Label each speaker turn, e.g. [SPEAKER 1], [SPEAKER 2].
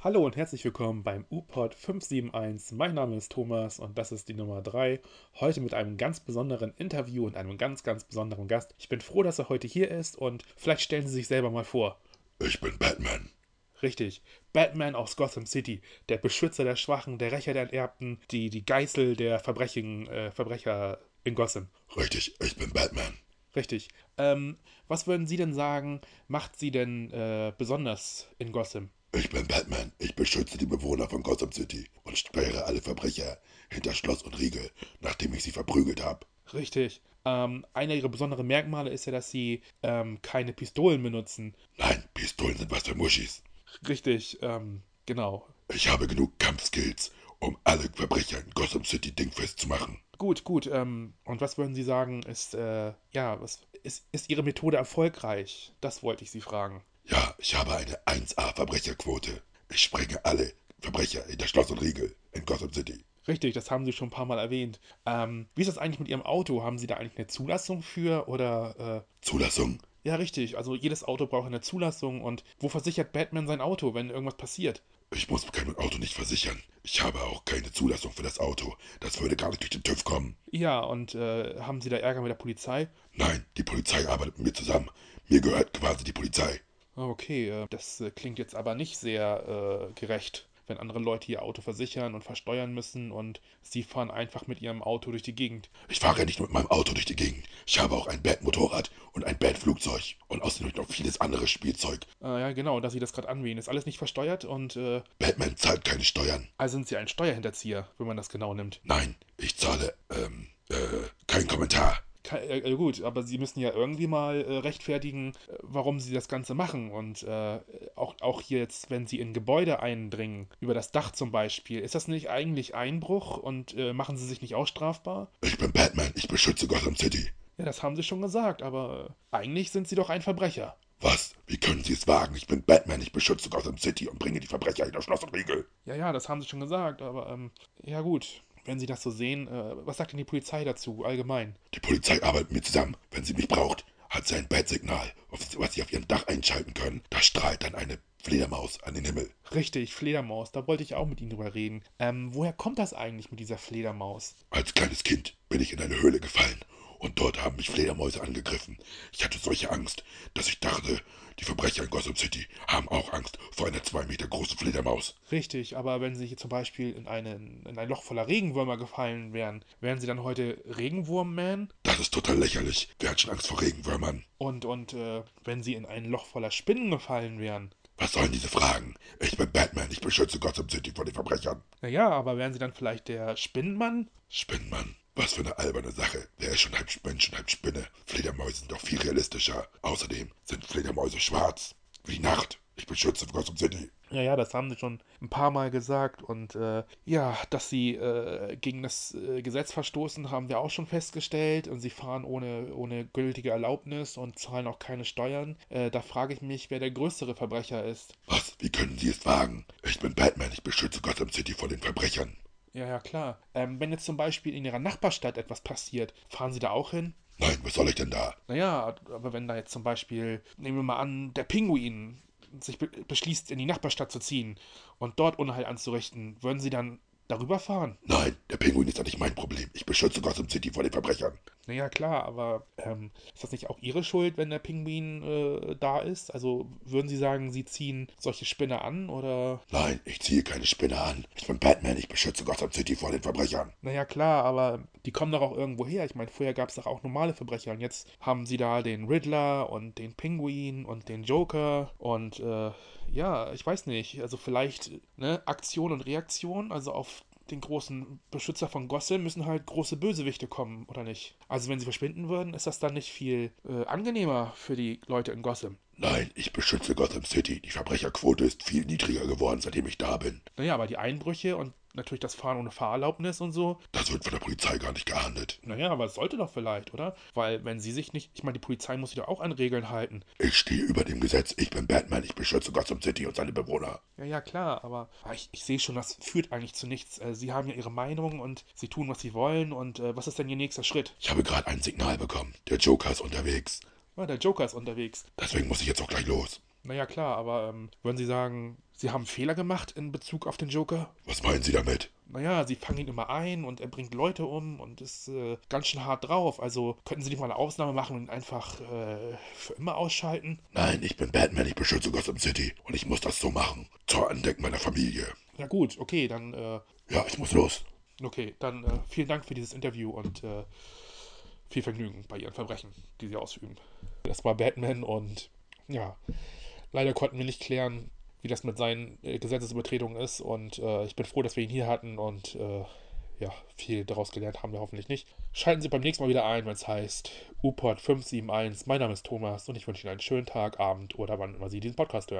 [SPEAKER 1] Hallo und herzlich willkommen beim UPod 571. Mein Name ist Thomas und das ist die Nummer 3. Heute mit einem ganz besonderen Interview und einem ganz, ganz besonderen Gast. Ich bin froh, dass er heute hier ist und vielleicht stellen Sie sich selber mal vor.
[SPEAKER 2] Ich bin Batman.
[SPEAKER 1] Richtig, Batman aus Gotham City, der Beschützer der Schwachen, der Rächer der Enterbten, die, die Geißel der Verbrechen, äh, Verbrecher in Gotham.
[SPEAKER 2] Richtig, ich bin Batman.
[SPEAKER 1] Richtig. Ähm, was würden Sie denn sagen, macht Sie denn äh, besonders in Gotham?
[SPEAKER 2] Ich bin Batman. Ich beschütze die Bewohner von Gotham City und sperre alle Verbrecher hinter Schloss und Riegel, nachdem ich sie verprügelt habe.
[SPEAKER 1] Richtig. Ähm, einer ihrer besonderen Merkmale ist ja, dass sie ähm, keine Pistolen benutzen.
[SPEAKER 2] Nein, Pistolen sind was für Muschis.
[SPEAKER 1] Richtig, ähm, genau.
[SPEAKER 2] Ich habe genug Kampfskills, um alle Verbrecher in Gotham City dingfest zu machen.
[SPEAKER 1] Gut, gut. Ähm, und was würden Sie sagen, ist, äh, ja, was ist, ist Ihre Methode erfolgreich? Das wollte ich Sie fragen.
[SPEAKER 2] Ja, ich habe eine 1A-Verbrecherquote. Ich sprenge alle Verbrecher hinter Schloss und Riegel in Gotham City.
[SPEAKER 1] Richtig, das haben Sie schon ein paar Mal erwähnt. Ähm, wie ist das eigentlich mit Ihrem Auto? Haben Sie da eigentlich eine Zulassung für oder, äh,
[SPEAKER 2] Zulassung?
[SPEAKER 1] ja, richtig. Also jedes Auto braucht eine Zulassung und wo versichert Batman sein Auto, wenn irgendwas passiert?
[SPEAKER 2] Ich muss kein Auto nicht versichern. Ich habe auch keine Zulassung für das Auto. Das würde gar nicht durch den TÜV kommen.
[SPEAKER 1] Ja, und äh, haben Sie da Ärger mit der Polizei?
[SPEAKER 2] Nein, die Polizei arbeitet mit mir zusammen. Mir gehört quasi die Polizei.
[SPEAKER 1] Okay, äh, das äh, klingt jetzt aber nicht sehr äh, gerecht, wenn andere Leute ihr Auto versichern und versteuern müssen und sie fahren einfach mit ihrem Auto durch die Gegend.
[SPEAKER 2] Ich fahre nicht nur mit meinem Auto durch die Gegend. Ich habe auch ein Bat-Motorrad und ein Bat-Flugzeug. Und außerdem noch vieles anderes Spielzeug.
[SPEAKER 1] Äh, ja, genau, dass sie das gerade anwählen. Ist alles nicht versteuert und äh,
[SPEAKER 2] Batman zahlt keine Steuern.
[SPEAKER 1] also sind sie ein Steuerhinterzieher, wenn man das genau nimmt.
[SPEAKER 2] Nein, ich zahle, ähm, äh, kein Kommentar.
[SPEAKER 1] Ke äh, äh, gut, aber sie müssen ja irgendwie mal äh, rechtfertigen, äh, warum sie das Ganze machen. Und äh, auch, auch hier jetzt, wenn sie in Gebäude eindringen, über das Dach zum Beispiel, ist das nicht eigentlich Einbruch und äh, machen sie sich nicht auch strafbar?
[SPEAKER 2] Ich bin Batman, ich beschütze Gotham City.
[SPEAKER 1] Ja, das haben sie schon gesagt, aber äh, eigentlich sind sie doch ein Verbrecher.
[SPEAKER 2] Was? Wie können Sie es wagen? Ich bin Batman, ich beschütze Gotham City und bringe die Verbrecher hinter Schloss und Riegel.
[SPEAKER 1] Ja, ja, das haben sie schon gesagt, aber ähm, ja gut, wenn sie das so sehen, äh, was sagt denn die Polizei dazu allgemein?
[SPEAKER 2] Die Polizei arbeitet mit mir zusammen. Wenn sie mich braucht, hat sie ein Bat-Signal, auf- was sie auf ihrem Dach einschalten können. Da strahlt dann eine Fledermaus an den Himmel.
[SPEAKER 1] Richtig, Fledermaus, da wollte ich auch mit Ihnen drüber reden. Ähm, woher kommt das eigentlich mit dieser Fledermaus?
[SPEAKER 2] Als kleines Kind bin ich in eine Höhle gefallen und dort haben mich Fledermäuse angegriffen. Ich hatte solche Angst, dass ich dachte, die Verbrecher in Gotham City haben auch Angst vor einer zwei Meter großen Fledermaus.
[SPEAKER 1] Richtig, aber wenn sie zum Beispiel in, einen, in ein Loch voller Regenwürmer gefallen wären, wären sie dann heute Regenwurm-Man?
[SPEAKER 2] Das ist total lächerlich. Wer hat schon Angst vor Regenwürmern?
[SPEAKER 1] Und, und äh, wenn sie in ein Loch voller Spinnen gefallen wären?
[SPEAKER 2] Was sollen diese Fragen? Ich bin Batman, ich beschütze Gotham City vor den Verbrechern.
[SPEAKER 1] Naja, aber wären sie dann vielleicht der Spinnenmann?
[SPEAKER 2] Spinnenmann, was für eine alberne Sache. Wer ist schon halb Mensch und halb Spinne? Fledermäuse sind doch viel realistischer. Außerdem sind Fledermäuse schwarz. Wie die Nacht. Ich beschütze Gotham City.
[SPEAKER 1] Ja, ja, das haben sie schon ein paar Mal gesagt. Und äh, ja, dass sie äh, gegen das äh, Gesetz verstoßen, haben wir auch schon festgestellt. Und sie fahren ohne, ohne gültige Erlaubnis und zahlen auch keine Steuern. Äh, da frage ich mich, wer der größere Verbrecher ist.
[SPEAKER 2] Was? Wie können Sie es wagen? Ich bin Batman, ich beschütze Gotham City vor den Verbrechern.
[SPEAKER 1] Ja, ja, klar. Ähm, wenn jetzt zum Beispiel in ihrer Nachbarstadt etwas passiert, fahren sie da auch hin?
[SPEAKER 2] Nein, was soll ich denn da?
[SPEAKER 1] Naja, aber wenn da jetzt zum Beispiel, nehmen wir mal an, der Pinguin sich be beschließt, in die Nachbarstadt zu ziehen und dort Unheil anzurichten, würden sie dann darüber fahren?
[SPEAKER 2] Nein, der Pinguin ist doch nicht mein Problem. Ich beschütze Gotham City vor den Verbrechern.
[SPEAKER 1] Naja, klar, aber ähm, ist das nicht auch Ihre Schuld, wenn der Pinguin äh, da ist? Also würden Sie sagen, Sie ziehen solche Spinner an oder?
[SPEAKER 2] Nein, ich ziehe keine Spinne an. Ich bin Batman, ich beschütze Gotham City vor den Verbrechern.
[SPEAKER 1] Naja, klar, aber die kommen doch auch irgendwo her. Ich meine, vorher gab es doch auch normale Verbrecher und jetzt haben Sie da den Riddler und den Pinguin und den Joker und äh, ja, ich weiß nicht. Also vielleicht ne, Aktion und Reaktion, also auf den großen Beschützer von Gotham müssen halt große Bösewichte kommen, oder nicht? Also wenn sie verschwinden würden, ist das dann nicht viel äh, angenehmer für die Leute in Gotham.
[SPEAKER 2] Nein, ich beschütze Gotham City. Die Verbrecherquote ist viel niedriger geworden, seitdem ich da bin.
[SPEAKER 1] Naja, aber die Einbrüche und natürlich das Fahren ohne Fahrerlaubnis und so.
[SPEAKER 2] Das wird von der Polizei gar nicht geahndet.
[SPEAKER 1] Naja, aber es sollte doch vielleicht, oder? Weil, wenn sie sich nicht. Ich meine, die Polizei muss sich doch auch an Regeln halten.
[SPEAKER 2] Ich stehe über dem Gesetz. Ich bin Batman. Ich beschütze Gotham City und seine Bewohner.
[SPEAKER 1] Ja, ja, klar, aber ah, ich, ich sehe schon, das führt eigentlich zu nichts. Äh, Sie haben ja ihre Meinung und sie tun, was sie wollen. Und äh, was ist denn ihr nächster Schritt?
[SPEAKER 2] Ich habe gerade ein Signal bekommen. Der Joker ist unterwegs.
[SPEAKER 1] Ah, der Joker ist unterwegs.
[SPEAKER 2] Deswegen muss ich jetzt auch gleich los.
[SPEAKER 1] Naja, klar, aber ähm, würden Sie sagen, Sie haben Fehler gemacht in Bezug auf den Joker?
[SPEAKER 2] Was meinen Sie damit?
[SPEAKER 1] Naja, Sie fangen ihn immer ein und er bringt Leute um und ist äh, ganz schön hart drauf. Also könnten Sie nicht mal eine Ausnahme machen und ihn einfach äh, für immer ausschalten?
[SPEAKER 2] Nein, ich bin Batman, ich beschütze Gotham City und ich muss das so machen. Zur Andenken meiner Familie.
[SPEAKER 1] Ja gut, okay, dann, äh,
[SPEAKER 2] Ja, ich muss los.
[SPEAKER 1] okay, dann äh, vielen Dank für dieses Interview und äh, viel Vergnügen bei Ihren Verbrechen, die Sie ausüben. Das war Batman und ja, leider konnten wir nicht klären, wie das mit seinen äh, Gesetzesübertretungen ist und äh, ich bin froh, dass wir ihn hier hatten und äh, ja, viel daraus gelernt haben wir hoffentlich nicht. Schalten Sie beim nächsten Mal wieder ein, wenn es heißt UPOD 571. Mein Name ist Thomas und ich wünsche Ihnen einen schönen Tag, Abend oder wann immer Sie diesen Podcast hören.